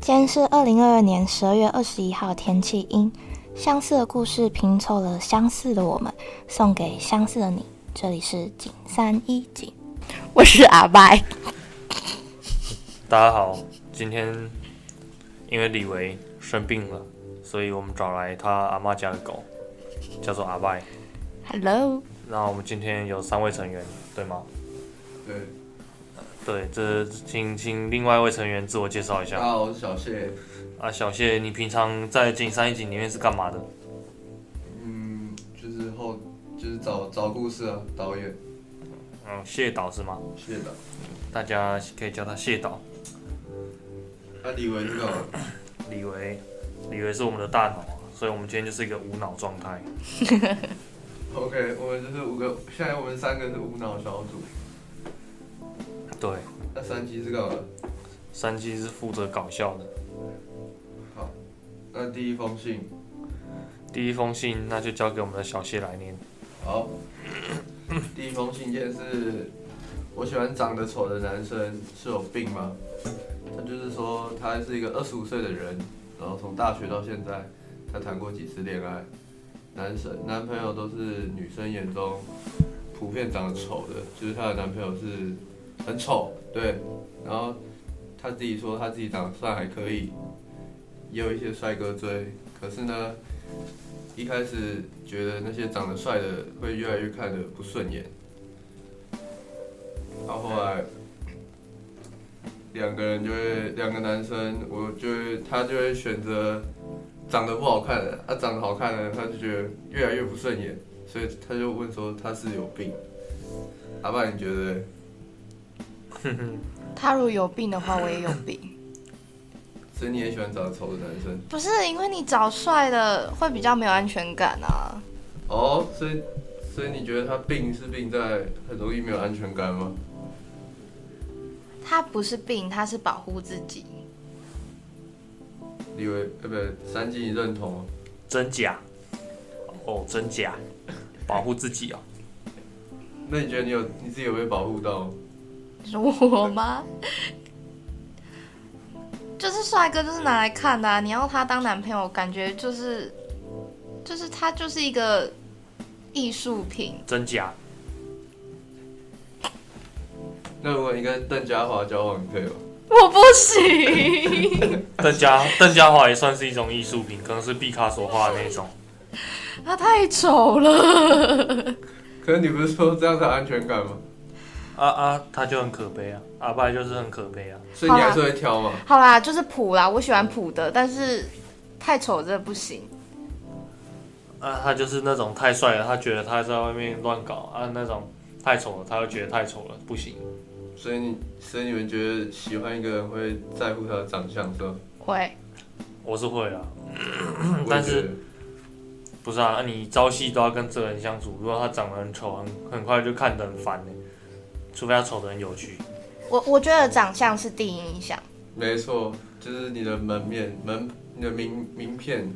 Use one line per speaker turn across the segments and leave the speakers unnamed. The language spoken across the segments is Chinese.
先是二零二二年十二月二十一号，天气阴。相似的故事拼凑了相似的我们，送给相似的你。这里是景三一景，我是阿拜。
大家好，今天因为李维生病了，所以我们找来他阿妈家的狗，叫做阿拜。
Hello，
那我们今天有三位成员，对吗？
对，
对，这请请另外一位成员自我介绍一
大
下
家好，我是小谢。
啊。小谢，你平常在景山一景里面是干嘛的？
嗯，就是后就是找找故事啊，导演
嗯，谢导是吗？
谢导。
大家可以叫他谢导。
那、啊李维是干嘛？
李维，李维是我们的大脑啊，所以我们今天就是一个无脑状态。
OK，我们就是五个，现在我们三个是无脑小组。
对，
那三七是干嘛？
三七是负责搞笑的。
好，那第一封信，
第一封信那就交给我们的小谢来念。
好， 第一封信件是，我喜欢长得丑的男生是有病吗？他就是说他是一个二十五岁的人，然后从大学到现在，他谈过几次恋爱，男生男朋友都是女生眼中普遍长得丑的，就是她的男朋友是很丑，对，然后他自己说他自己长得算还可以，也有一些帅哥追，可是呢，一开始觉得那些长得帅的会越来越看得不顺眼，到后来两个人就会两个男生，我就会他就会选择长得不好看的，他、长得好看的他就觉得越来越不顺眼，所以他就问说他是有病。阿爸，你觉得嘞？
他如果有病的话，我也有病。
所以你也喜欢长得丑的男生
不是因为你找帅的会比较没有安全感啊。
哦？所以所以你觉得他病是病在很容易没有安全感吗？
他不是病，他是保护自己。
李维，呃，不是，三季你认同吗？
真假？哦，真假， 保护自己哦。
那你觉得你有你自己有被保护到吗？
你说我吗？ 就是帅哥就是拿来看的、啊，你要他当男朋友，感觉就是，就是他就是一个艺术品。
真假？
那如果你跟邓家华交往，你可以吗？
我不行
邓家邓家华也算是一种艺术品，可能是毕卡索画的那种。
他太丑了。
可是你不是说这样才有安全感吗？
啊啊，他就很可悲啊，阿爸就是很可悲啊。
所以你还是会挑嘛？
好啦，就是普啦，我喜欢普的，但是太丑真的不行。
啊，他就是那种太帅了，他觉得他在外面乱搞啊，那种太丑了，他又觉得太丑了，不行。
所以你，所以你们觉得喜欢一个人会在乎他的长相是吧？
会，
我是会啊，
我也
但是
觉得
不是啊，啊你朝夕都要跟这个人相处，如果他长得很丑，很很快就看得很烦呢、除非他丑得很有趣。
我我觉得长相是第一印象。
没错，就是你的门面门，你的名名片。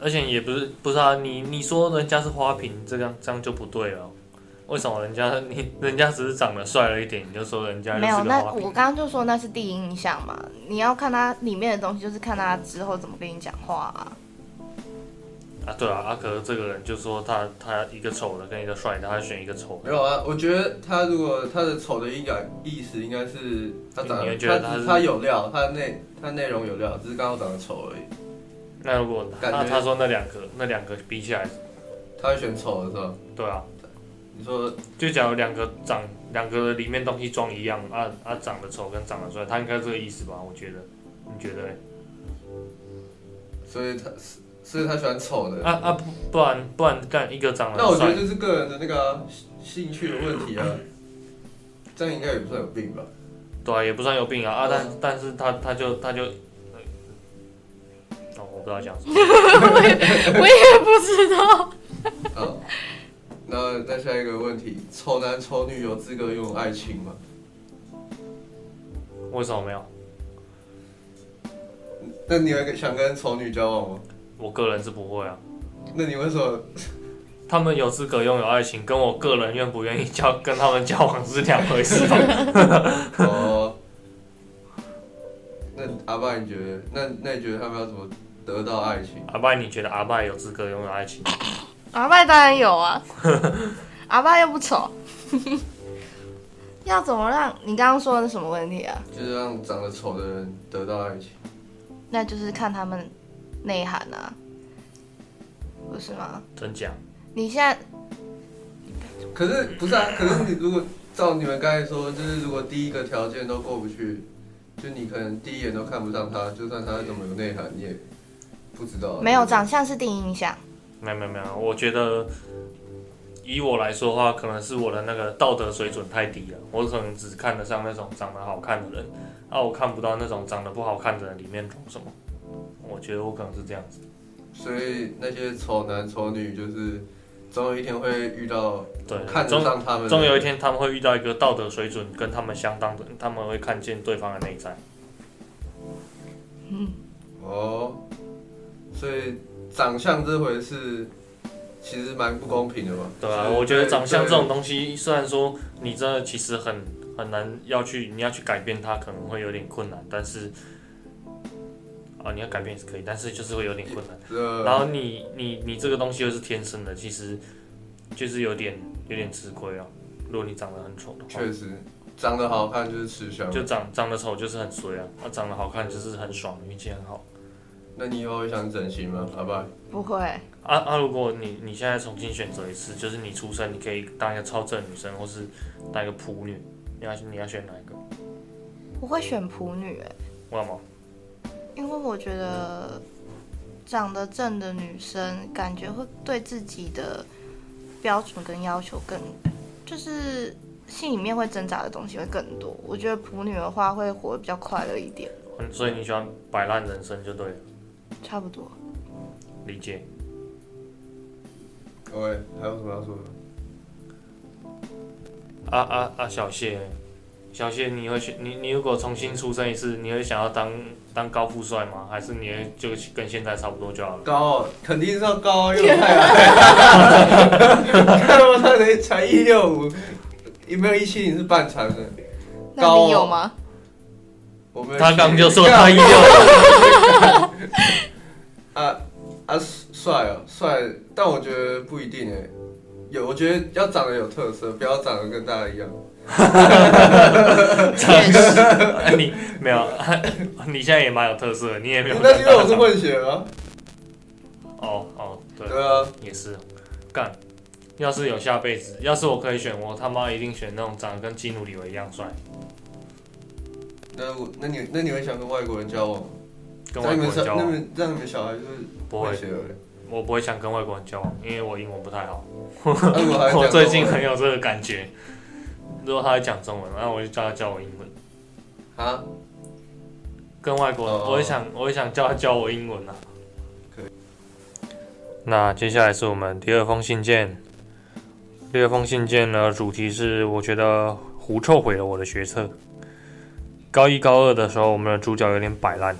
而且也不是不是啊，你你说人家是花瓶，这样这样就不对了。为什么人家你人家只是长得帅了一点，你就说人家啊就
没有，
是个
那
花
我
瓶？
刚刚就说那是第一印象嘛，你要看他里面的东西，就是看他之后怎么跟你讲话啊。
啊，对啊，啊，可是这个人就说他他一个丑的跟一个帅的，他选一个丑
没
的。
有啊，我觉得他如果他的丑的意感意思应该是他长
你
得
会觉得
他
他是
他有料，他内他内容有料，只是刚好长得丑而已。
那如果
感觉
那他说那两个那两个比起来，
他会选丑的是吧？
对啊，
你说
就假如两个长两个里面东西装一样，啊啊长得丑跟长得帅，他应该这个意思吧？我觉得，你觉得嘞？
所以他所以他喜欢丑的。
啊啊不不然不然干一个长得
那我
很
觉
帅
得，就是个人的那个啊、兴趣的问题啊，这样应该也不算有病吧？
对啊，也不算有病啊
哦
啊，但但是他他就他就，呃哦我不知道讲什么，
我也不知道，
啊， 那再下一个问题，丑男丑女有资格拥有爱情吗？
为什么没有？
那你会想跟丑女交往吗？
我个人是不会啊，
那你为什么？
他们有资格拥有爱情，跟我个人愿不愿意交跟 他们交往是两回事吧？
哦，阿爸，你觉得那那你觉得他们要怎么得到爱情？
阿拜，你觉得阿拜有资格拥有爱情？
阿爸当然有 啊，阿爸又不丑， 要怎么让你刚刚说的是什么问题啊？
就是让长得丑的人得到爱情。
那就是看他们内涵啊，不是吗？
真假？
你现在
可是不是啊？可是你如果照你们刚才说，就是如果第一个条件都过不去，就你可能第一眼都看不上他，就算他怎么有内涵，你也不知道啊。
没有
对不对
长相是第一印象，
没有没有没有，我觉得以我来说的话，可能是我的那个道德水准太低了，我可能只看得上那种长得好看的人，啊，我看不到那种长得不好看的人里面装什么。我觉得我可能是这样子，
所以那些丑男丑女就是总有一天会遇到
对，
看得
终
上他们的人。
终有一天他们会遇到一个道德水准跟他们相当的人，他们会看见对方的内在。
哦，所以长相这回事其实蛮不公平的嘛。
对啊，
就是
我觉得长相这种
对
东西，虽然说你真的其实很很难要去，你要去改变它可能会有点困难，但是啊，你要改变也是可以，但是就是会有点困难。
呃，
然后你你你这个东西又是天生的，其实就是有点有点吃亏啊。如果你长得很丑的话，
确实啊长得好看就是吃香。
就长长得丑就是很衰啊，那、长得好看就是很爽，运气很好。
那你以后会想整形吗？好吧，
不会，
啊啊！如果你你现在重新选择一次，就是你出生，你可以当一个超正女生，或是当一个普女，你要你要选哪一个？
我会选普女、欸，
为什么？
因为我觉得长得正的女生感觉会对自己的标准跟要求更，就是心里面会挣扎的东西会更多。我觉得普女的话会活得比较快乐一点，
嗯所以你喜欢摆烂人生就对了，
差不多。
理解。
各位还有什么要说的？
啊啊啊！小谢，小谢，你会选你你如果重新出生一次，你会想要当当高富帅吗？还是你会就跟现在差不多就好了？
高、肯定是要高，又有太矮。看我他才才一六五，有没有一七零是半残的？
那
高
你有吗？
我没有
他刚就说
看
他一六，
啊啊帅哦帅，但我觉得不一定哎。有，我觉得要长得有特色，不要长得跟大家一样。
确实，
哎 你没有，你现在也蛮有特色的，你也没有。
那是因为我是混血啊，
哦哦，对，
对啊，
也是，干。要是有下辈子，要是我可以选，我他妈一定选那种长得跟基努里维一样帅，
那我那你那你会想跟外国人交往吗？
跟
让
外
你
国
们
人
小
交
那你
往。
们让你们小孩就是
不会
混，血儿嘞，
我不会想跟外国人交往，因为我英文不太 好。
那如果还
我
讲
最近
中文
很有这个感觉。如果他会讲中文，然后我就叫他教我英文。
啊，
跟外国人，
哦
我也想，我也想叫他教我英文啊。
可以。
那接下来是我们第二封信件。第二封信件呢，主题是我觉得狐臭毁了我的学测。高一高二的时候，我们的主角有点摆烂，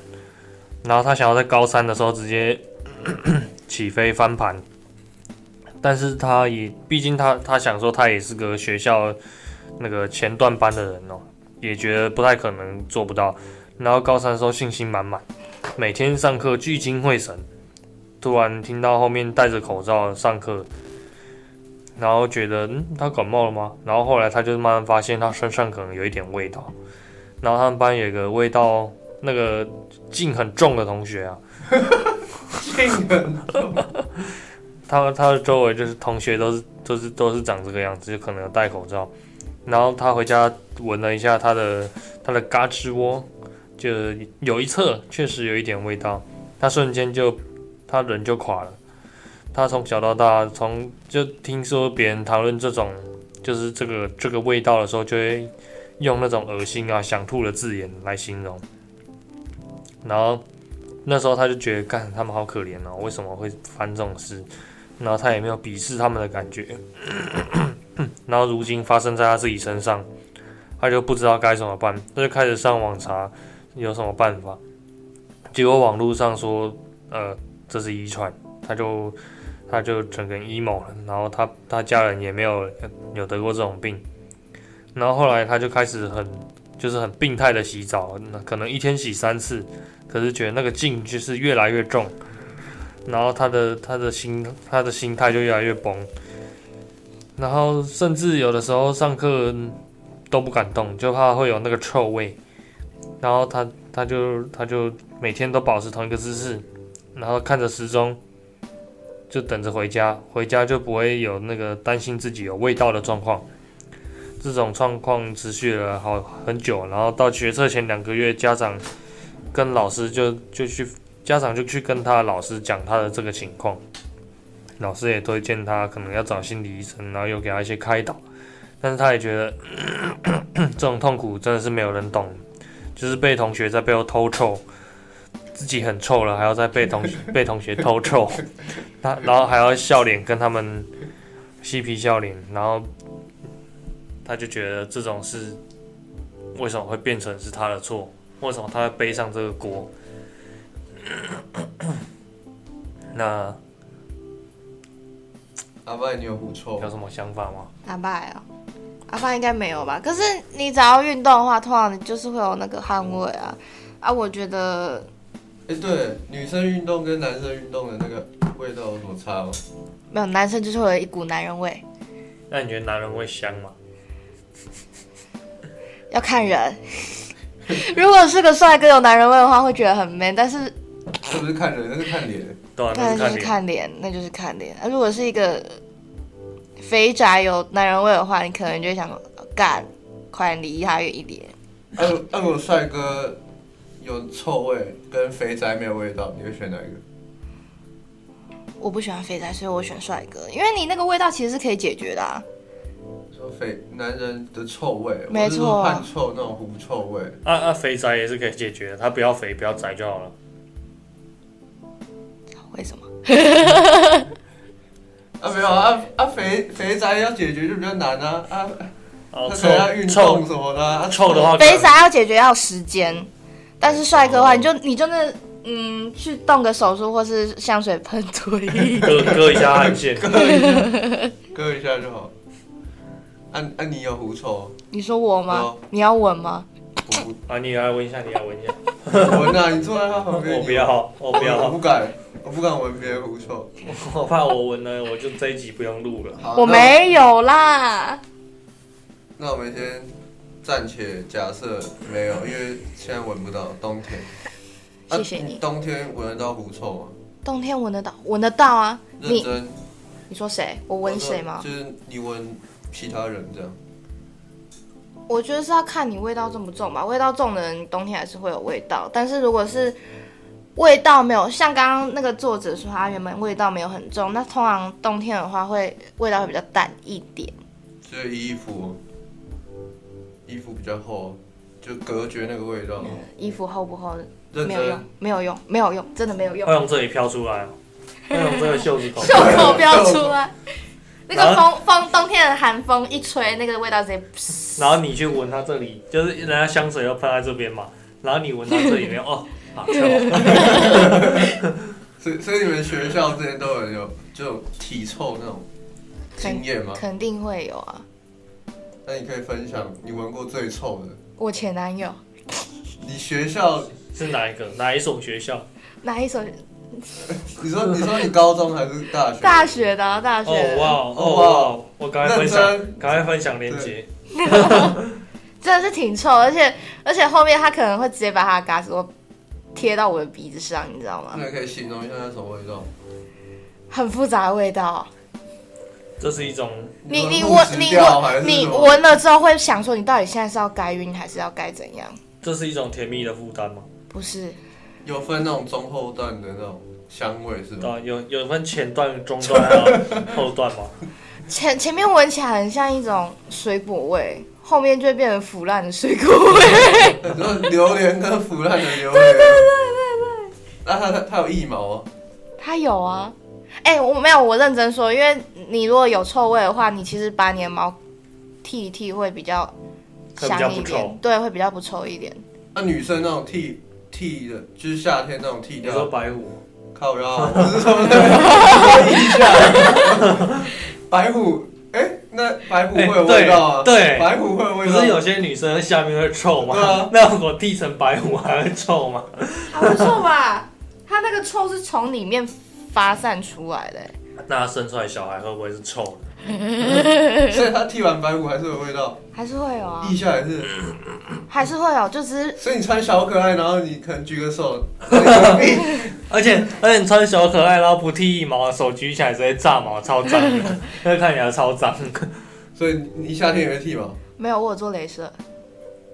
然后他想要在高三的时候直接 起飞翻盘，但是他也，毕竟他他想说他也是个学校那个前段班的人哦、也觉得不太可能做不到。然后高三的时候信心满满，每天上课聚精会神。突然听到后面戴着口罩上课，然后觉得嗯他感冒了吗？然后后来他就慢慢发现他身上可能有一点味道。然后他们班有一个味道那个劲很重的同学啊，
性很
他他的周围就是同学都是都是都是长这个样子，就可能有戴口罩。然后他回家闻了一下他的他的嘎吱窝，就是有一侧确实有一点味道，他瞬间就他人就垮了。他从小到大，从就听说别人谈论这种就是这个这个味道的时候，就会用那种恶心啊、想吐的字眼来形容。然后那时候他就觉得，干他们好可怜哦，为什么会发生这种事？然后他也没有鄙视他们的感觉。 然后如今发生在他自己身上，他就不知道该怎么办，他就开始上网查有什么办法。结果网络上说，呃，这是遗传，他就他就整个人 emo 了，然后他他家人也没有有得过这种病。然后后来他就开始很就是很病态的洗澡，那可能一天洗三次，可是觉得那个劲就是越来越重，然后他的他的心他的心态就越来越崩，然后甚至有的时候上课都不敢动，就怕会有那个臭味，然后他他就他就每天都保持同一个姿势，然后看着时钟。就等着回家，回家就不会有那个担心自己有味道的状况。这种状况持续了好很久，然后到学测前两个月，家长跟老师就就去，家长就去跟他老师讲他的这个情况，老师也推荐他可能要找心理医生，然后又给他一些开导，但是他也觉得 这种痛苦真的是没有人懂，就是被同学在背后偷臭，自己很臭了，还要再被同学被同学偷臭，他然后还要笑脸跟他们嬉皮笑脸，然后他就觉得这种事为什么会变成是他的错？为什么他会背上这个锅？那
阿爸，你有狐臭
有？什么想法吗？
阿爸哦，阿爸应该没有吧？可是你只要运动的话，通常你就是会有那个汗味啊。啊，我觉得
哎、对，女生运动跟男生运动的那个味道有什么差吗？
没有，男生就是会有一股男人味，
那你觉得男人会香吗？
要看人。 如果是个帅哥有男人味的话，会觉得很 man，但是
是不是看人？那是看脸。
对啊，那
那
是
就
看
是
脸。
看脸，那就是看脸。啊，如果是一个肥宅有男人味的话，你可能就会想干，快离他远一点。
那如那如果帅哥有臭味，跟肥宅没有味道，你会选哪一个？
我不喜欢肥宅，所以我选帅哥，因为你那个味道其实是可以解决的、啊。
说肥男人的臭味，
没错
我是说汗臭那种狐臭味，
啊啊，肥宅也是可以解决的，他不要肥，不要宅就好了。
为什么？
啊没有啊啊肥肥宅要解决就比较难啊啊，
哦，
那
臭
个要运动
臭
什么的啊，啊
臭的话，
肥宅要解决要时间，但是帅哥的话，你就你就那嗯，去动个手术或是香水喷涂一 下
割割一下汗腺。
割一下就好。啊啊，你有狐臭？
你说我吗
哦？
你要吻吗？
我不，
啊，你来闻一下，你来闻一 下。
我那，你坐在他旁边，
我
你
不，要，我不
我
要
不，敢，我不敢闻别人狐臭。
我怕我闻了，我就这一集不用录了。
好
我。没有啦。
那那我们先暂且假设没有，因为现在闻不到冬天。啊
谢谢你
冬天闻得到狐臭吗？
冬天闻得到，闻得到啊！
认
你
真。
你说谁？我闻谁吗
就？是你闻其他人这样。
我觉得是要看你味道重不重吧。味道重的人冬天还是会有味道，但是如果是味道没有，像刚刚那个作者说他原本味道没有很重，那通常冬天的话会味道会比较淡一点。
所以衣服，哦衣服比较厚，哦就隔绝那个味道。哦
衣服厚不厚
认
嗯没有用
真，，
没有用，没有用，真的没有用
会。从这里飘出来哦，会从这个袖子 口。
袖口不要出来。那个
然
风风，冬天的寒风一吹，那个味道直接。
然后你去闻它这里，就是人家香水要喷在这边嘛，然后你闻到这 里面，哦，好臭哦。
所以所以你们学校之前都有有这种体臭那种经验吗？
肯定会有啊！
那你可以分享你闻过最臭的，
我前男友
你学校，
是哪一个？哪一所学校？
哪一首？
你说你说你高中还是大学？
大学的啊、大学
哦
的
哇
哦
哦
哇
哇！我赶快分享
认真，
赶快分享链接。
真的是挺臭，而且而且后面他可能会直接把他的嘎子窝贴到我的鼻子上，你知道吗
嗯
那？你可以形容一下那什么味道？
很复杂的味道。
这是一种
你你
说
嗯
闻
木质
你
调还是
闻你
什么
闻了之后会想说，你到底现在是要该晕还是要该怎样？
这是一种甜蜜的负担吗？
不是，
有分那种中后段的那种香味是
对啊，
吗？
有有分前段、中段 啊、后段吗？
前前面闻起来很像一种水果味，后面就会变成腐烂的水果味。
然后榴莲跟腐烂的榴莲。对对对对对。那它它它有腋毛哦。
他有啊，哎、我没有，我认真说，因为你如果有臭味的话，你其实把你的毛剃一剃会比较
会比较
香一
不
点
臭，
对，会比较不臭一点。
那女生那种剃剃的，就是夏天那种剃
你说
掉，
白虎？
靠 啊腰，我是说那个一下白虎，哎、那那白虎会有
哎对
味道啊，
对
白虎会有
不
味
是
道。
有些女生下面会臭吗？
对啊
那我剃成白虎还会臭吗？
还不错吧？它那个臭是从里面发散出来的、欸
那他生出来小孩会不会是臭的？
所以他剃完白虎还是有味道，
还是会有啊，
腋下也是。
还是会有，就只是
所以你穿小可爱，然后你可能举个手，然后你隔壁
而且而且你穿小可爱，然后不剃一毛，手举起来直接炸毛，超脏 的，那看起来超脏。
所以你夏天也会剃毛，
没有我有做镭射，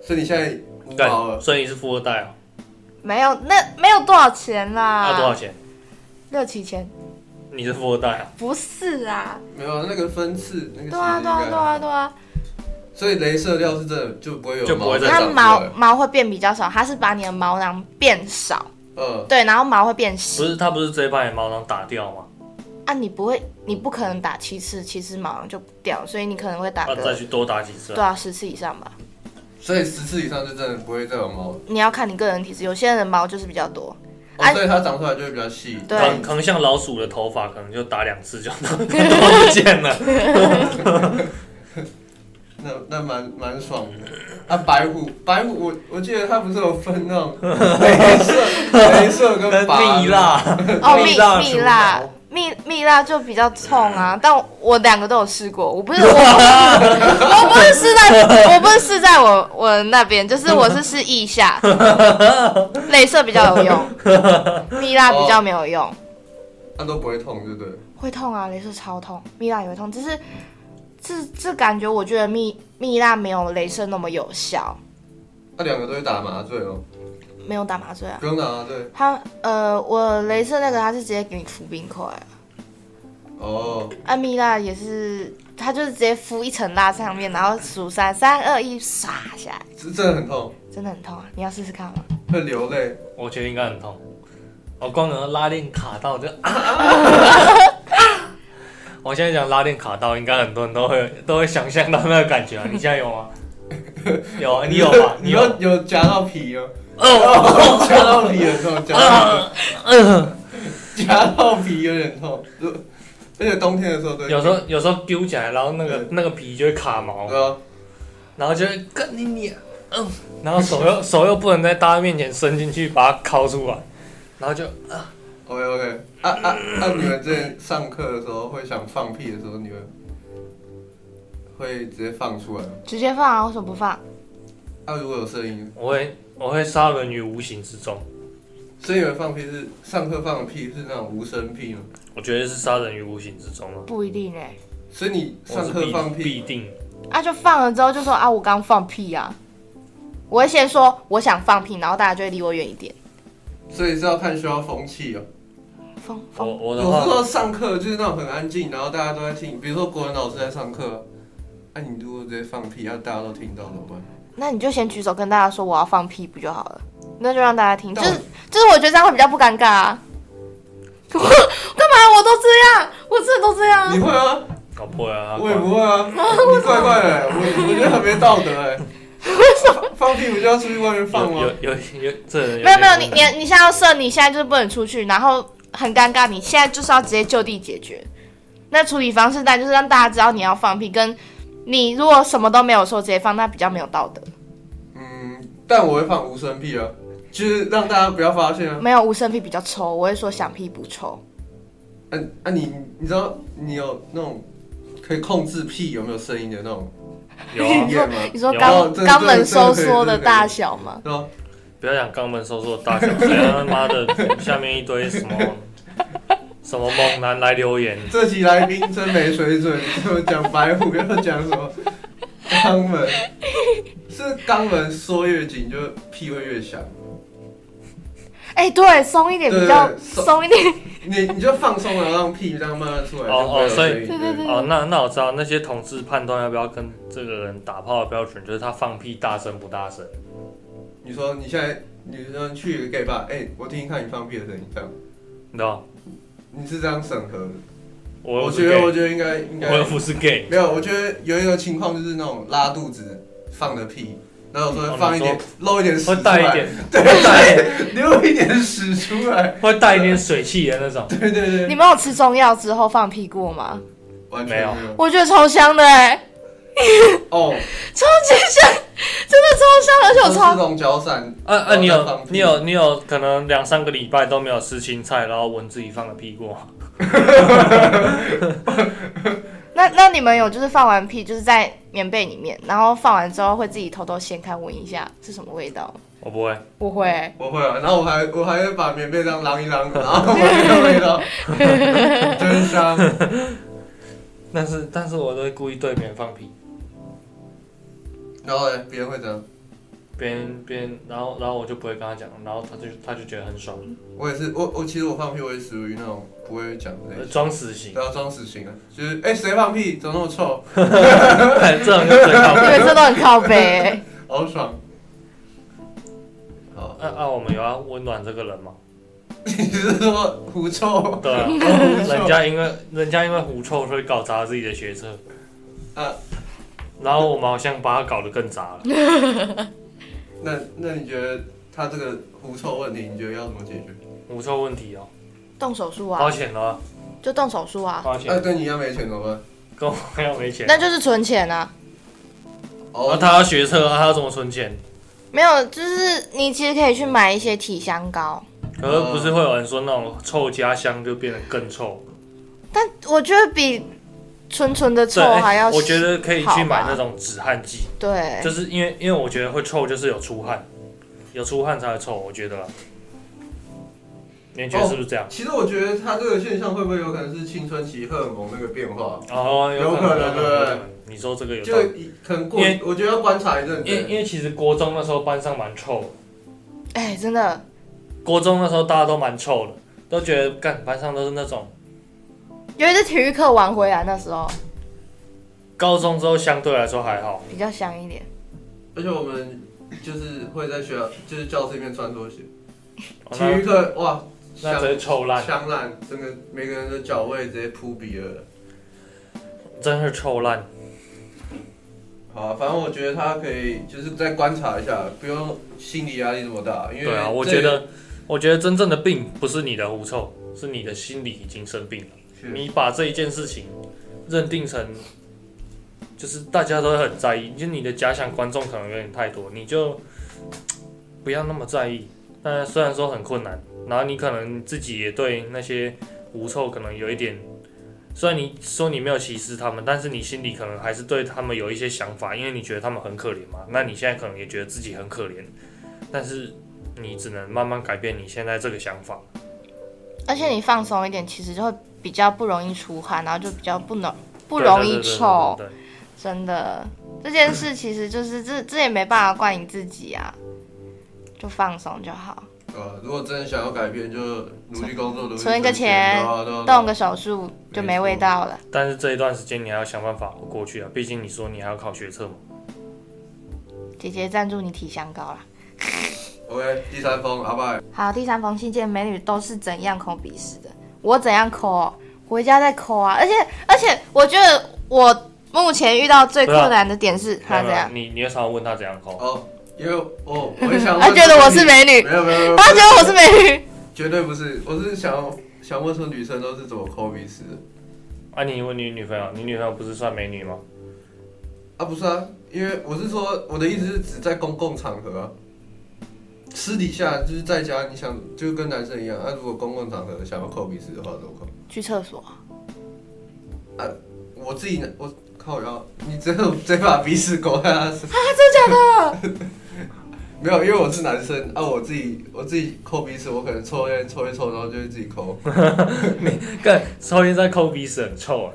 所以你现在无毛了。
所以你是富二代哦，
没有那没有多少钱啦，
啊那多少？钱？
六七千？
你是富二代啊？
不是啊，
没有那个分次，那个
对啊
其实应
对啊
该
对啊对啊，
所以镭射料是真的就不会有
就不会再
长
长
它
出
毛
来
毛会变比较少，它是把你的毛囊变少，
嗯，
对，然后毛会变细
不是，他不是直接把你毛囊打掉吗？
啊，你不会，你不可能打七次，七次毛囊就不掉，所以你可能会打
那啊再
个
去多打几次
对。啊十次以上吧。
所以十次以上就真的不会再有毛了。
你要看你个人体质，有些人的毛就是比较 多，
哦，
哎
所以它长出来就会比较细。
对
可能可能像老鼠的头发，可能就打两次就 都不见了。
那那蛮蛮爽的。啊，白虎，白虎，我我记得它不是有分 那种镭射、镭射跟拔
蜜
的，
蜡，
哦，
蜜
蜜
蜡
蜜
除
蜡
毛，
蜜蜜蜡就比较冲啊，但我两个都有试过，我不是我不是我不是试在我不是试在我我那边，就是我是试腋下，镭射比较有用，蜜蜡比较没有用，
它都不会痛，对不对？
会痛啊，镭射超痛，蜜蜡也会痛，只是这这感觉我觉得蜜蜜蜡没有镭射那么有效，
那啊两个都会打麻醉哦，
没有打麻醉啊，
不用打麻醉
它呃我镭射那个它是直接给你敷冰块啊。
哦。
艾蜜蜡也是，他就是直接敷一层蜡上面，然后数三三二一唰下来，
是真的很痛，
真的很痛啊！你要试试看吗？
会流泪。
我觉得应该很痛。我光能拉链卡到就 啊！我现在讲拉链卡到，应该很多人都会都会想象到那个感觉啊！你现在有吗？有啊，你有吧？你
你
有
有有夹到皮哦，
哦，
夹到皮很痛，夹到皮夹到皮有点痛，就而且冬天的时候对，
有时候有时候揪起来，然后那
嗯
个那个皮就会卡毛，
对啊，
然后就会跟你你嗯，然后手 又手又不能在大家面前伸进去把它抠出来，然后就
OK OK，啊啊啊！你们之前上课的时候会想放屁的时候，你们会直接放出来吗？
直接放啊，为什么不放？
啊，如果有声音，
我会我会杀人于无形之中，
所以你们放屁是上课放的屁是那种无声屁吗？
我觉得是杀人于无形之中啊。
不一定哎、
所以你
我是
上课
必
放屁
必定
啊，就放了之后就说啊，我刚放屁啊。我会先说我想放屁，然后大家就会离我远一点。
所以是要看需要风气哦。
放
我
放，
我
我
的
是
话，
说上课就是那种很安静，然后大家都在听，比如说国文老师在上课，那、你如果直接放屁，啊、大家都听到怎么办？
那你就先举手跟大家说我要放屁不就好了？那就让大家听，就
但
是就是我觉得这样会比较不尴尬啊。 我干嘛？我都这样，我真的都这样啊。
你会吗？
搞不会啊，
我也不会啊，你怪怪的、欸我我觉得很没道德哎、放屁不就要出去外面放啊吗？
有有有有这人
没有没有，
点
你
问题
你你现在要设，你现在就是不能出去，然后很尴尬，你现在就是要直接就地解决。那处理方式当然就是让大家知道你要放屁，跟你如果什么都没有说直接放，那比较没有道德。
嗯，但我会放无声屁啊，就是让大家不要发现
嗯
啊。
没有无声屁比较臭，我会说响屁不臭。
啊啊你，你知道你有那种可以控制屁有没有声音的那种
有啊
经验吗？
你说
有啊
肛
哦这
肛
这
门
这
收
可以
缩
这
的
可以
大小吗？
是吧？
不要讲肛门收缩的大小，谁他妈的下面一堆什么什么猛男来留言，
这期来宾真没水准，又讲白虎，又讲什么肛门，是肛门缩越紧就屁会越响。
哎、对，松一点比
对
较
对松
松一点。
你你就放松了，让屁这样慢慢出来，
哦
就不会有
哦所以
声音
对对对
哦，那那我知道那些同志判断要不要跟这个人打炮的标准，就是他放屁大声不大声。
你说你现在，你说你去一个 gay 吧，哎、我听听看你放屁的声音，这样，
你知道，
你是这样审核的？
我又
哎我
不是
觉得，我
gay，
觉得应该应该
我又不是 gay。
没有。我觉得有一个情况就是那种拉肚子放的屁，然后有时候放一点
哦
漏一点屎
会
出
带一
来，
点，
对，带溜一点屎出来，
会带一点水汽的那种，
对对对。
你们有吃中药之后放屁过吗？
完全没有。
我觉得超香的哎、
欸
哦，
超级香，真的超香，而且我
我
超
是龙角散。
啊啊！你
然后再
有
放屁
你有你有可能两三个礼拜都没有吃青菜，然后闻自己放的屁过，
那那你们有就是放完屁就是在棉被里面，然后放完之后会自己偷偷掀开闻一下是什么味道？
我不会。
我会，
我会啊，然后我还我还会把棉被这样啷一啷，然后闻那个味道，真香。
但是但是我都会故意对别人放屁，
然后呢，别人会怎样？
别人别人，然后然后我就不会跟他讲，然后他就他就觉得很爽，
我也是，我我其实我放屁，我也属于那种不会讲的类
呃
型，
装死型，
都要装死型啊，就是哎谁放屁，怎么那么臭，
这种就最靠
因
谱。
为这都很靠背、欸。
好爽。好，
啊啊！我们有要温暖这个人吗？
你是说狐臭
对啊，人家因为人家因为狐臭所以搞砸自己的学车，
啊？
然后我们好像把他搞得更砸了。
那那你觉得他这个狐臭问题，你觉得要怎么解决？
狐臭问题哦，
动手术
花
啊，
钱了，
就动手术啊，
花
那
钱，
跟你一样没钱怎么办？
跟我一样没钱。
那就是存钱啊。
然后
哦，
他要学车，他要怎么存钱？
没有，就是你其实可以去买一些体香膏，
可是不是
哦
会有人说那种臭家乡就变得更臭？
但我觉得比纯纯的臭
对哎
还要、
我觉得可以
好
去买
吧哎
那种止汗剂，
对，
就是因为因为我觉得会臭，就是有出汗，有出汗才会臭，我觉得啦。你
哦
觉得是不是这样？
其实我觉得他这个现象会不会有可能是青春期荷尔蒙那个变化？
哦，
有可能对不对？
你说这个有道理，
就一可能过
因为，
我觉得要观察一阵
因为因
子。
为其实国中那时候班上蛮臭的，
哎、真的，
国中那时候大家都蛮臭的，都觉得干班上都是那种。
有一次体育课玩回来那时候
高中之后相对来说还好，
比较香一点，
而且我们就是会在学校，就是教室里面穿拖鞋。
哦
体
那
育课哇，
那直接臭烂，
香烂，整个每个人的脚位直接扑鼻了。
真是臭烂。
好啊、反正我觉得他可以就是再观察一下，不用心理压力这么大，因为
对啊，我
这
觉得，我觉得真正的病不是你的狐臭，是你的心理已经生病了。
是
你把这一件事情认定成，就是大家都会很在意，就你的假想观众可能有点太多，你就不要那么在意。那虽然说很困难，然后你可能自己也对那些狐臭可能有一点，虽然你说你没有歧视他们，但是你心里可能还是对他们有一些想法，因为你觉得他们很可怜嘛。那你现在可能也觉得自己很可怜，但是你只能慢慢改变你现在这个想法。
而且你放松一点，其实就会比较不容易出汗，然后就比较不能不
对
容易
对对对啊
臭，
对对
真的。这件事其实就是这这也没办法怪你自己啊，就放松就好，
呃，如果真的想要改变，就努力工作，努力
存一个
钱，
钱
对啊对啊对啊
动个手术就没味道了。
但是这一段时间你还要想办法活过去啊，毕竟你说你还要考学测嘛。
姐姐赞助你体香膏啦。
OK，第三封，阿拜，
好，第三封信件，美女都是怎样抠鼻屎的？我怎样抠哦？回家再抠啊！而且而且，我觉得我目前遇到最困难的点是他怎
没有没有
样，
啊你你有想要问他怎样抠？
哦，因为我我也想问，
他觉得我是，美女，
没有没有没有，
他觉得我是美女。
绝对不是，我是想要想问说女生都是怎么抠鼻屎的？
啊，你问你女朋友，你女朋友不是算美女吗？
啊，不是啊，因为我是说，我的意思是指在公共场合、啊，私底下就是在家，你想就跟男生一样，啊，如果公共场合想要抠鼻屎的话，怎么抠？
去厕所，
我自己呢，我靠腰，你真的真把鼻屎抠在他 身上？
啊真的假的？
没有，因为我是男生啊，我自己我自己抠鼻屎，我可能抽烟抽一抽，然后就会自己抠。
干，抽烟在抠鼻屎很臭啊，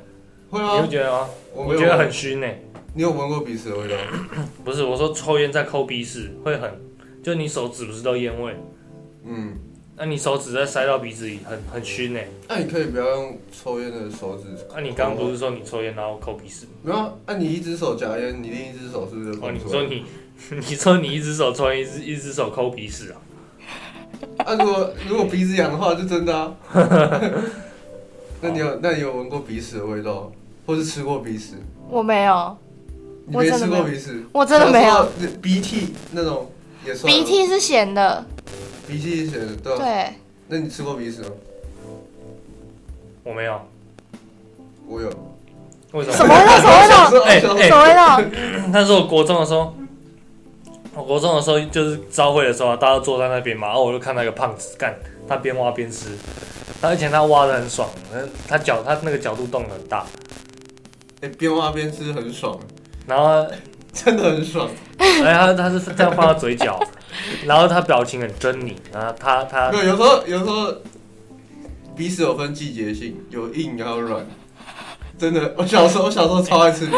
会
你
啊
不，觉得吗？
我
我
没有
觉得
闻
很熏呢、
你有闻过鼻屎的味道？
不是，我说抽烟在抠鼻屎会很，就你手指不是都烟味，
嗯，
那、你手指再塞到鼻子里很很熏呢、
那、你可以不要用抽烟的手指抠。
那、你刚刚不是说你抽烟然后抠鼻屎吗？
没有啊？那、你一只手夹烟，你另一只手是不是就
哦，
抠
你
出来
说你， 你说你一只手抽烟，一只一只手抠鼻屎啊？
啊，如果如果鼻子痒的话，就真的啊。 那你有那你有闻过鼻屎的味道，或是吃过鼻屎？
我没有，
你
我
没
真
吃
的没
过
有
鼻屎？
我真的没有。
有时候鼻涕那种也算
鼻
吗
涕是咸的，
鼻涕写的对吧、
对，
那你吃过鼻屎吗？
我没有，
我有，
为什
什
么？
么味道？什么味
小时
道？
候
哎
小时候
哎
什么味道？
那时候我国中的时候，我国中的时候就是招会的时候啊，大家坐在那边嘛，然后我就看那个胖子干，他边挖边吃，他而且他挖的很爽，呃他脚他那个角度动得很大，
哎，边挖边吃很爽，
然后
真的很爽。
哎他他是这样放到嘴角，然后他表情很狰狞，然后他他
没有，有时候有时候彼此有分季节性，有硬还有软。真的，我小时候我小时候超爱吃鼻屎，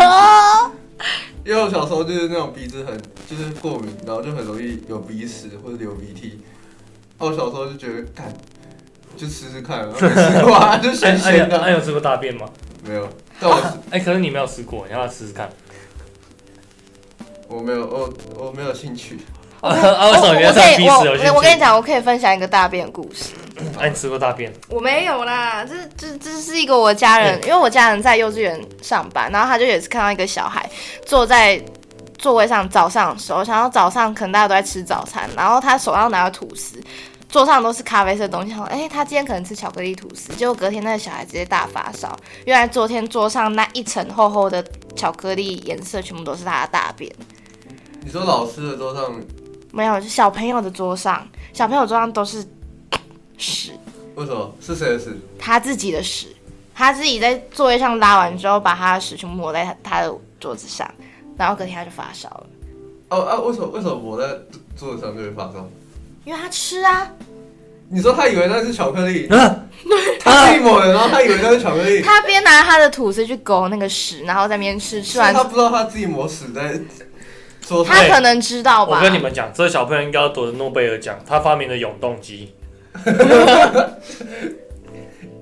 因为我小时候就是那种鼻子很就是过敏，然后就很容易有鼻屎或者流鼻涕。啊我小时候就觉得干，就吃吃看，然后没吃过啊，就
哎
咸
哎
咸
有哎
的。
有吃过大便吗？
没有，但我
哎可是你没有吃过，你要不要试试看？
我没有我我没有兴趣。
啊 啊为什么你
我
要
我可
看
以
鼻屎有兴
哦我我跟你
趣？
讲，我可以分享一个大便的故事。
哎你吃过大便？
我没有啦，这这这是一个我家人，因为我家人在幼稚园上班，然后他就也是看到一个小孩坐在座位上，早上的时候，想到早上可能大家都在吃早餐，然后他手上拿着吐司，桌上都是咖啡色的东西，想说，哎、他今天可能吃巧克力吐司，结果隔天那个小孩直接大发烧，原来昨天桌上那一层厚厚的巧克力颜色全部都是他的大便。
你说老师的桌上
没有，就小朋友的桌上，小朋友桌上都是 屎，
为什么是谁的事？
他自己的屎，他自己在座位上拉完之后，把他的屎全部抹在他他的桌子上，然后隔天他就发烧了，
哦啊，为什么为什么我在桌子上就会发烧？
因为他吃啊，
你说他以为那是巧克力，
啊
他自己抹的，然后他以为那是巧克力，
他边拿他的吐司去勾那个屎，然后在那边吃，吃
是
完
他不知道他自己抹屎在桌上
他可能知道吧
我，跟你们讲，这个小朋友应该要夺得诺贝尔奖，他发明了永动机。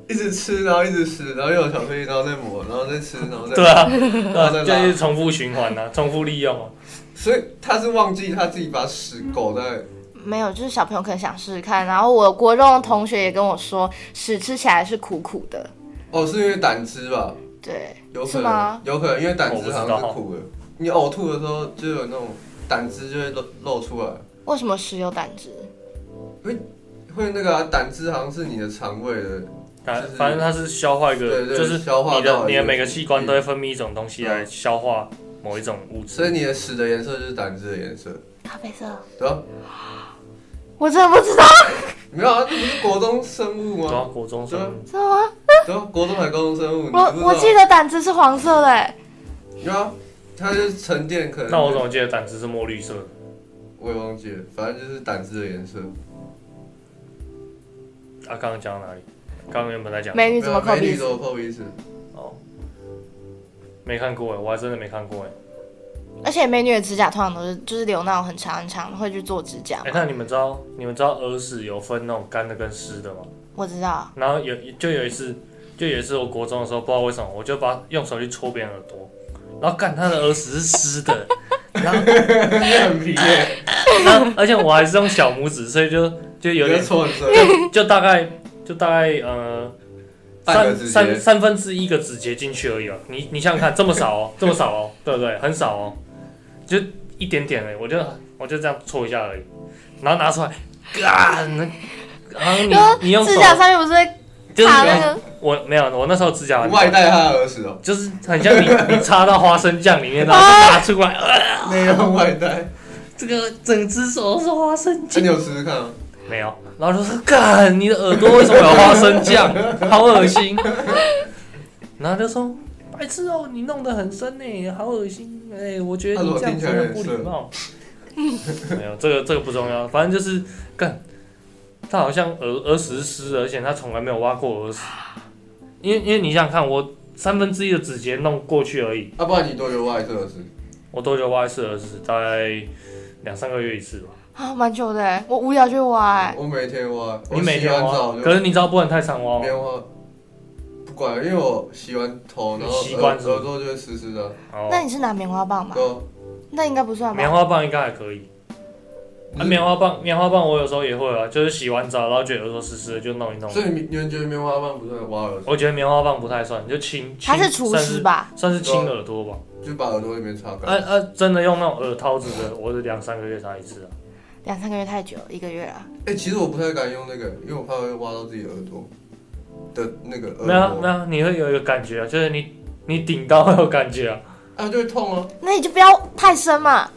一直吃，然后一直吃，然后又有巧克力，然后再抹，然后再吃，然后再
对 啊，
后再
对啊，
拉
就是重复循环啊，重复利用啊。
所以他是忘记他自己把屎狗在。
没有，就是小朋友可能想试试看，然后我国中的同学也跟我说，屎吃起来是苦苦的，
哦，是因为胆汁吧？
对，
有
是
可
吗
能，有可能，因为胆
我不
汁
知
好
道
像是苦的。你呕吐的时候就有那种胆汁就会露露出来，
为什么屎有胆汁？
会那个啊胆、汁好像是你的肠胃的
反
就是
啊反正它是消化一个，
对对
就是
消化
你
道
的
的
你
一
的
个
每个
器
器官
官
都会分泌一种东西来消化某一种物
所以
质。
你的屎的颜色就是胆汁的颜色，
咖啡色。
对吧、
我真的不知道，
没有啊，这不是国中生物
哦
然
吗？
后啊国中生，
嗯
知道吗？
对啊，国中还高中生物，你
我
不知道
我记得胆汁是黄色的、欸，
对啊，它就是沉淀，可能
那我怎么记得胆汁是墨绿色？
我也忘记了，反正就是胆汁的颜色。
啊，刚刚讲到哪里？刚刚原本在讲
美女怎么抠
没有美
鼻
女
屎
怎？么抠鼻屎？
哦，没看过哎，我还真的没看过哎。
而且美女的指甲通常都是就是留那种很长很长，会去做指甲嘛。
哎，那你们知道你们知道耳屎有分那种干的跟湿的吗？
我知道，
然后有就有一次，就有一次我国中的时候，不知道为什么，我就把用手去戳别人耳朵，然后干他的耳屎是湿的，欸然后
你很皮耶，
然后而且我还是用小拇指，所以就就有
你
点
的错针，
就大概就大概呃
半
三
个指
三
节。
三分之一个指节进去而已啊，你你想想看，这么少 哦，这么少哦，对不对？很少哦，就一点点哎，我就我就这样搓一下而已，然后拿出来，干，然后你你用手
指甲上面不是会
就是
卡
你
那
用
个？
我没有，我那时候指甲很
你外带他的耳屎哦，
就是很像你你插到花生酱里面，然后
啊
拿出来，呃
内用外 带。
这个整只手都是花生
那
酱
你，有试试看吗？
没有，然后就说，干，你的耳朵为什么有花生 酱？好恶 心。然后就说，白痴哦，你弄得很深呢，好恶心，哎、我觉得你这样真的不礼貌。 没有，这个这个不重要，反正就是干，他好像耳耳屎是湿的，而且他从来没有挖过耳屎，因为因为你想想看，我三分之一的指节弄过去而已。
啊，不然你多留外侧耳屎。
我多久挖一次耳屎？大概两三个月一次吧。
啊，蛮久的、欸，我无聊就会挖、欸。
我每天挖，我
你每
洗
天
完
挖
澡，就
可是你知道不能太常挖吗？
边挖，不管，因为我洗完头，然后
你习
耳
惯是吗
耳朵就会湿湿的。
哦，
那你是拿棉花棒吗？
对啊，
那应该不算吧
棉？花棒应该还可以。
嗯
啊，棉花棒，棉花棒我有时候也会啊，就是洗完澡然后觉得耳朵湿湿的就弄一弄
所。以你你们觉得棉花棒不算挖耳屎，
我觉得棉花棒不太算，就清，
它是
清
厨师？吧？
算是算是
啊
清耳朵吧。
就把耳朵里面擦
啊
干。
啊，真的用那种耳套子的，我是两三个月才一次啊。
两三个月太久，一个月啊了。
哎、其实我不太敢用那个，因为我怕会挖到自己耳朵的那个
没有啊
耳
没
膜。
有啊，你会有一个感觉啊，就是你你顶到会有感觉 啊。
啊就会痛啊，
那你就不要太深嘛。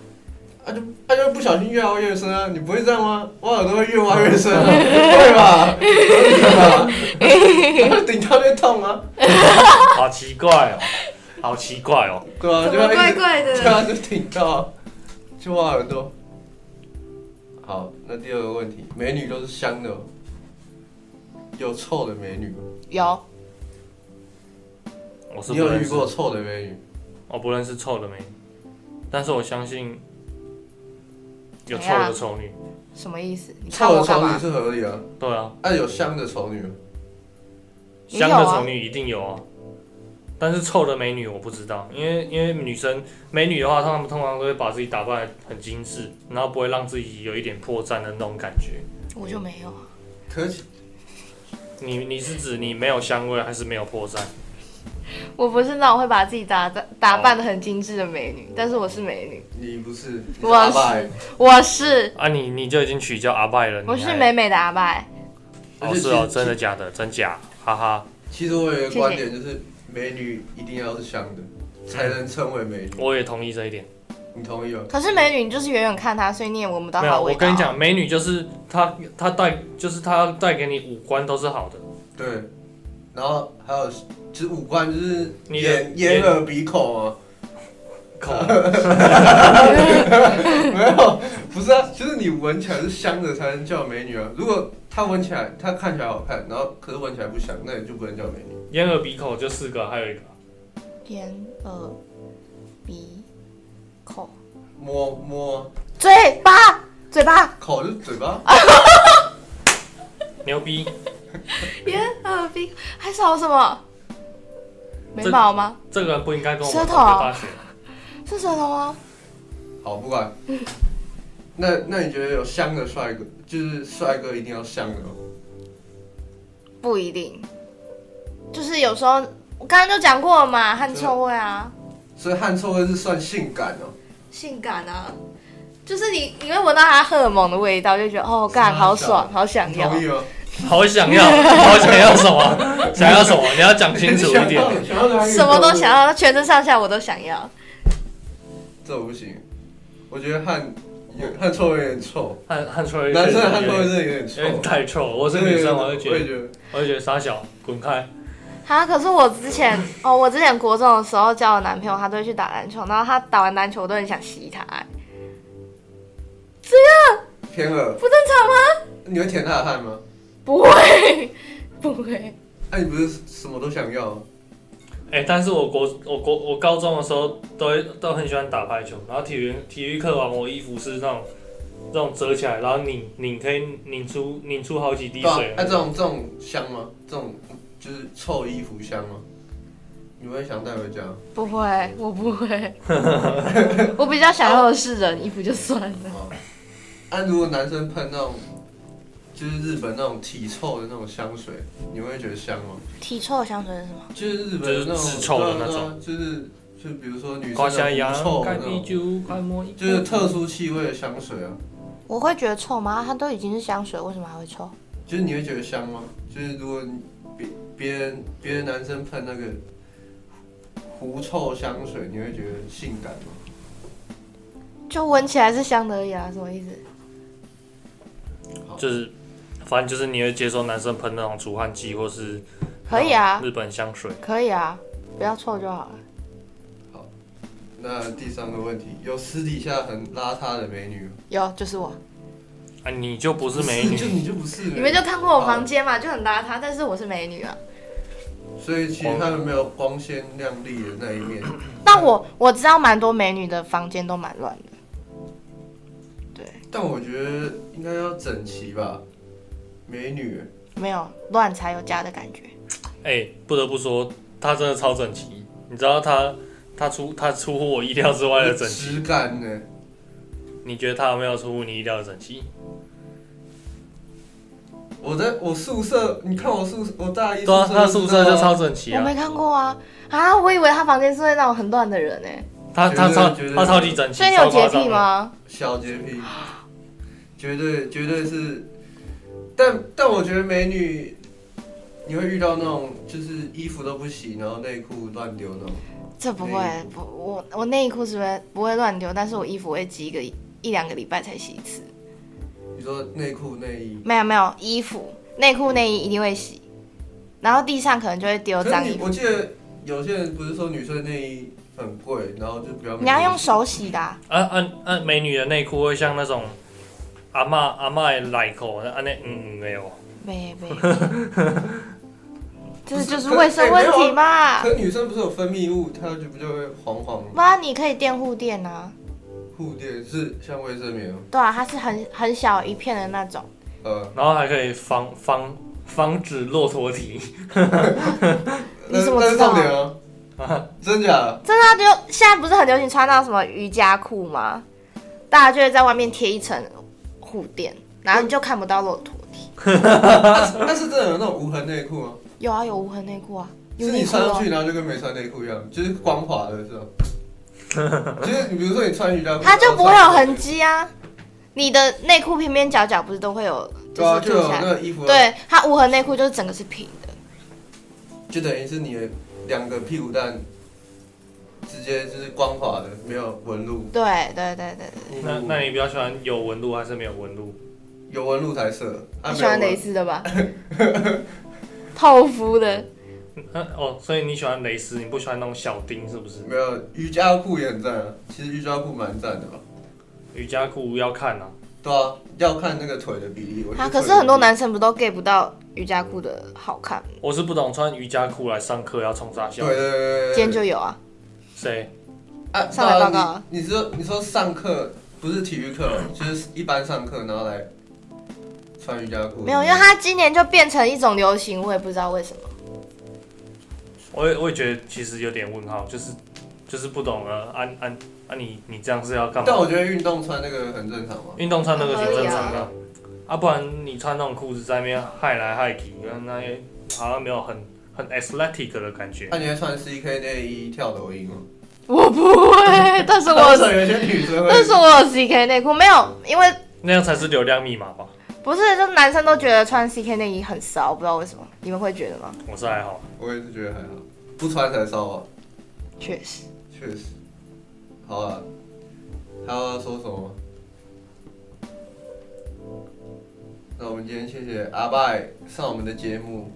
啊就啊就不小心越挖越深啊，你不会这样吗？挖耳朵会越挖越深啊，会吧？会吧？ 顶到就痛啊，
好奇怪哦，好奇怪哦。
对啊，
怎
就
么
要一
怪怪
直 对
的？
啊，就挺到啊，就挖耳朵。好，那第二个问题，美女都是香的哦，有臭的美女吗，
有，
我是
你
不
有
认
遇
识，
过臭的美女？
我不认识臭的美女，但是我相信有臭
怎
的
样
丑女。
什么意思？你看
臭
我
的
干
丑
嘛
女？是合理啊，
对啊，
啊有香的丑女吗，
也
香
有
的
啊
丑女一定有啊，但是臭的美女我不知道，因为因为女生美女的话，她们通常都会把自己打扮得很精致，然后不会让自己有一点破绽的那种感觉。
我就没有啊。
可是
你你是指你没有香味还是没有破绽？
我不是那种会把自己打打打扮的很精致的美女，但是我是美女，
你不是，你是
我
阿爸
哦
欸
我是
啊你，你就已经取叫阿拜了，
我
你
是
还
美美的阿欸拜，
而
哦
且
是哦，
其
真的假的？真假？哈哈，
其实我有一个
谢谢
观点，就是美女一定要是香
嗯
的，才能称为美女。
我也同意这一点。
你同意吗？
可是美女你就是远远看她，所以你也闻不到
没
她的
有，
味道。
我跟你，讲，美女就是她，她带就是她带给你五官都是好的，
对，然后还有就是五官，就是
你的
眼
眼
眼耳鼻口啊，
口
没有，不是啊，就是你闻起来是香的才能叫美女啊。如果她闻起来，她看起来好看，然后可是闻起来不香，那你就不能叫美女。
眼耳鼻口就四个，还有一个
眼耳鼻口
摸摸
嘴巴嘴巴
口就是嘴巴，
牛逼，
眼耳鼻还少什么？眉毛吗？
这个人不应该跟我
舌
们
头啊
同一个大学。
是舌头吗？
好不管。那那你觉得有香的帅哥，就是帅哥一定要香的吗？
不一定，就是有时候我刚刚就讲过了嘛，汗臭味啊，
所以汗臭味是算性感哦、
性感啊。就是你，你会闻到她荷尔蒙的味道，就觉得哦，干好爽，好想
你
要。
同意哦吗？
好想 要，好想要什么？想要什么？你要讲清楚 一点。
想要哪里
什么都想要，全身上下我都想要。
这我不行，我觉得汗有汗臭味有点臭，
汗汗出来，
男生的汗臭味真的有点
有点
臭。
太臭了。我是女生，我
也
就觉
我也
得，
觉得，
我就觉得傻小，滚开。
啊，可是我之前哦，我之前国中的时候交的男朋友，他都会去打篮球，然后他打完篮球，我都很想吸他、哎
偏恶。
不正常吗？
你会舔他的汗吗？
不会，不会。
那、你不是什么都想要？
哎、但是我国我国我高中的时候都会都很喜欢打排球，然后体育体育课完，我衣服是那种那种折起来，然后拧拧可以拧出拧出好几滴
对啊
水，。
那、这种这种香吗？这种就是臭衣服香吗？你会想带回家？
不会，我不会。我比较想要的是人，衣服就算了。
哦，那、如果男生喷那种，就是日本那种体臭的那种香水，你会觉得香吗？
体臭的香水是什么？
就是日本的那种
就是自臭的那种，
对啊对啊就是就比如说女生
刮下
的
牙
狐臭，
盖
那
地
种，
就快摸一口
就是特殊气味的香水啊。
我会觉得臭吗？啊它都已经是香水，为什么还会臭？
就是你会觉得香吗？就是如果你别别人别的男生喷那个狐臭香水，你会觉得性感吗？
就闻起来是香的而已啊，什么意思？
就是反正就是你会接受男生喷那种除汗剂或是
可以啊
那种日本香水。
可以啊，不要臭就好了。
那第三个问题，有私底下很邋遢的美女吗？
有，就是我。
啊，你就不是美女
就，你就不是美女，
你们就看过我房间嘛，就很邋遢，但是我是美女啊。
所以其实他们没有光鲜亮丽的那一面。
但我我知道蛮多美女的房间都蛮乱的，
但我觉得应该要整齐吧，美女。
没有乱才有家的感觉。
哎、不得不说，他真的超整齐。你知道他他出他出乎我意料之外的整齐，
质感呢？
你觉得他有没有出乎你意料的整齐？
我在我宿舍，你看我宿我大一
对啊，他
就
宿
知道
舍就超整齐
我
啊
没，看过啊啊！我以为他房间是会那种很乱的人呢、
他他超
绝对绝对
他超级整齐，
所以你有
超
洁
夸
癖
张的。
吗？
小洁癖，绝对绝对是。但但我觉得美女你会遇到那种就是衣服都不洗，然后内裤乱丢那种。
这不
内
会
衣，
不，我我内裤是不会不会乱丢，但是我衣服会积一个一两个礼拜才洗一次。
你说内裤内衣，
没有没有，衣服内裤内衣一定会洗，然后地上可能就会丢
可
脏
是
衣
你
服
我，记得有些人不是说女生内衣很贵，然后就不要。
你要用。手洗的啊、
啊啊啊！美女的内裤会像那种阿嬷阿嬷的内裤，啊那嗯嗯没有，
没 没，没这
不是
就是
可
卫生
哎
问
没有
题
啊
嘛。
可女生不是有分泌物，她就不就会黄黄
妈，你可以垫护垫啊，
护垫，是像卫生棉吗？
对啊，它是很很小一片的那种，
呃，
然后还可以防防防止骆驼体，
你怎么
那那是
知道
重点啊？真假的？
真的啊就现在不是很流行穿那种什么瑜伽裤吗？大家就会在外面贴一层护垫，然后你就看不到骆驼体。
那是那是真的有那种无痕内裤吗？
有啊，有无痕内裤啊，有
是你
内裤
穿上
啊
去，。然后就跟没穿内裤一样，就是光滑的，是吧？就是你比如说你穿瑜伽裤，
它就不会
然
有
后穿
痕迹啊。你的内裤边边角角不是都会有，
对啊，
就是
就
凸
有
起
那
来。
个衣服，，
对，它无痕内裤就是整个是平的。
就等于是你的两个屁股蛋直接就是光滑的，没有纹路。
对对对对对，
那那你比较喜欢有纹路还是没有纹路？
有纹路才色，啊
你喜欢
没有
蕾
纹
丝的吧？ 透肤的，
嗯哦，所以你喜欢蕾丝，你不喜欢那种小钉是不是？
没有瑜伽裤也很赞啊，其实瑜伽裤蛮赞的吧？
瑜伽裤要看啊，
对啊，要看那个腿的比例。我觉得
啊，
腿
可
的
是很多
比例
男生不都 get 不到瑜伽裤的好看，
我是不懂穿瑜伽裤来上课要冲啥笑
对。对对对对，
今天就有啊。
谁？
啊，
上来报告
对啊你你说你说上课不是体育课，哦就是一般上课，然后来穿瑜伽裤。
没有，因为它今年就变成一种流行，我也不知道为什么。
我也我也觉得其实有点问号，就是就是不懂了。安安啊你你这样是要干
但我
嘛？
觉得运动穿那个很正常嘛。
运动穿那个挺正常
合理
的，啊不然你穿那种裤子在那边害来害去，那也好像没有很很 athletic 的感觉
那。你会穿 CK 内衣跳抖音吗？
我不会，但是 我
为什
有，
么 有些女生
但是
会？
我有 CK 内裤，没有，因为
那样才是流量密码吧？
不是，就男生都觉得穿 CK 内衣很骚，不知道为什么，你们会觉得吗？
我是还好，
我也是觉得还好，不穿才骚啊，
确实，
确实。好啊，还要说什么吗？那我们今天谢谢阿拜上我们的节目。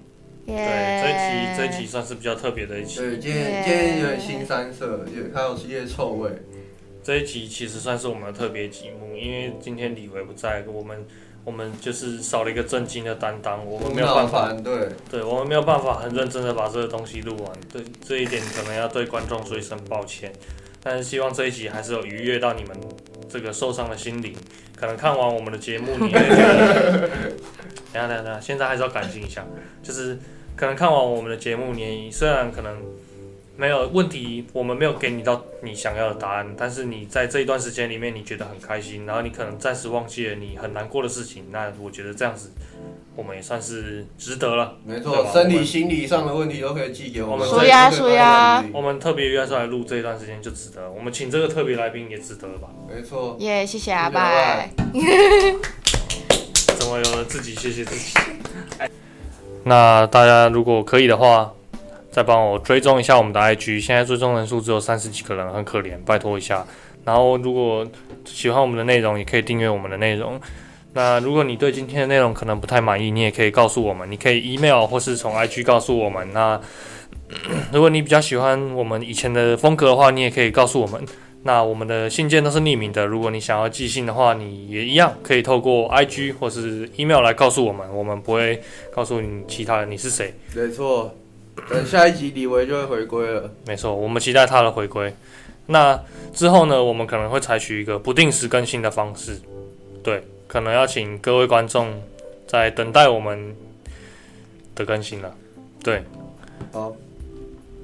耶、
对这一期这一期算是比较特别的一期，
对，今天今天有点新三色，也还有一些臭味。
这一集其实算是我们的特别节目，因为今天李维不在，我们我们就是少了一个正经的担当，我们没有办法
烦，对，
对我们没有办法很认真的把这个东西录完，对这一点可能要对观众说一声抱歉，但是希望这一集还是有愉悦到你们这个受伤的心灵。可能看完我们的节目，你也觉得，等一下等一下等一下，现在还是要感性一下，就是可能看完我们的节目，你虽然可能没有问题，我们没有给你到你想要的答案，但是你在这一段时间里面，你觉得很开心，然后你可能暂时忘记了你很难过的事情，那我觉得这样子，我们也算是值得了。
没
对
错，
吧
生理、心理上的问题都可以寄给我们。
我们
呀
对对对
属呀
对对
我们特别约出来录这一段时间就值得了，我们请这个特别来宾也值得了吧？
对没错，
耶谢谢阿
谢谢阿拜
拜。
怎么有了自己谢谢自己？ 那大家如果可以的话，再帮我追踪一下我们的 IG，现在追踪人数只有三十几个人，很可怜，拜托一下。然后如果喜欢我们的内容，也可以订阅我们的内容。那如果你对今天的内容可能不太满意，你也可以告诉我们，你可以 email 或是从 IG 告诉我们。那 如果你比较喜欢我们以前的风格的话，你也可以告诉我们。那我们的信件都是匿名的，如果你想要寄信的话，你也一样可以透过 IG 或是 email 来告诉我们，我们不会告诉你其他人你是谁。
没错。等下一集李维就会回归了，
没错，我们期待他的回归。那之后呢，我们可能会采取一个不定时更新的方式，对，可能要请各位观众在等待我们的更新了。对，
好，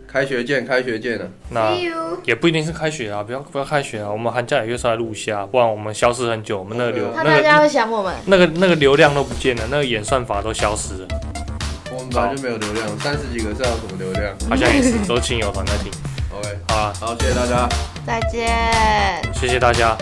开学见，开学见啊！
那
See you
也不一定是开学啊，不要不要开学啊，我们寒假也约出来录一下，不然我们消失很久，我们那个流
怕
那
大家
个
会想我们，
那个那个流量都不见了，那个演算法都消失了。
我们本来就没有流量，三十几个是要什么流量
好像也是都亲友团在听。
？OK，
好啦，
好，谢谢大家。
再见。
谢谢大家，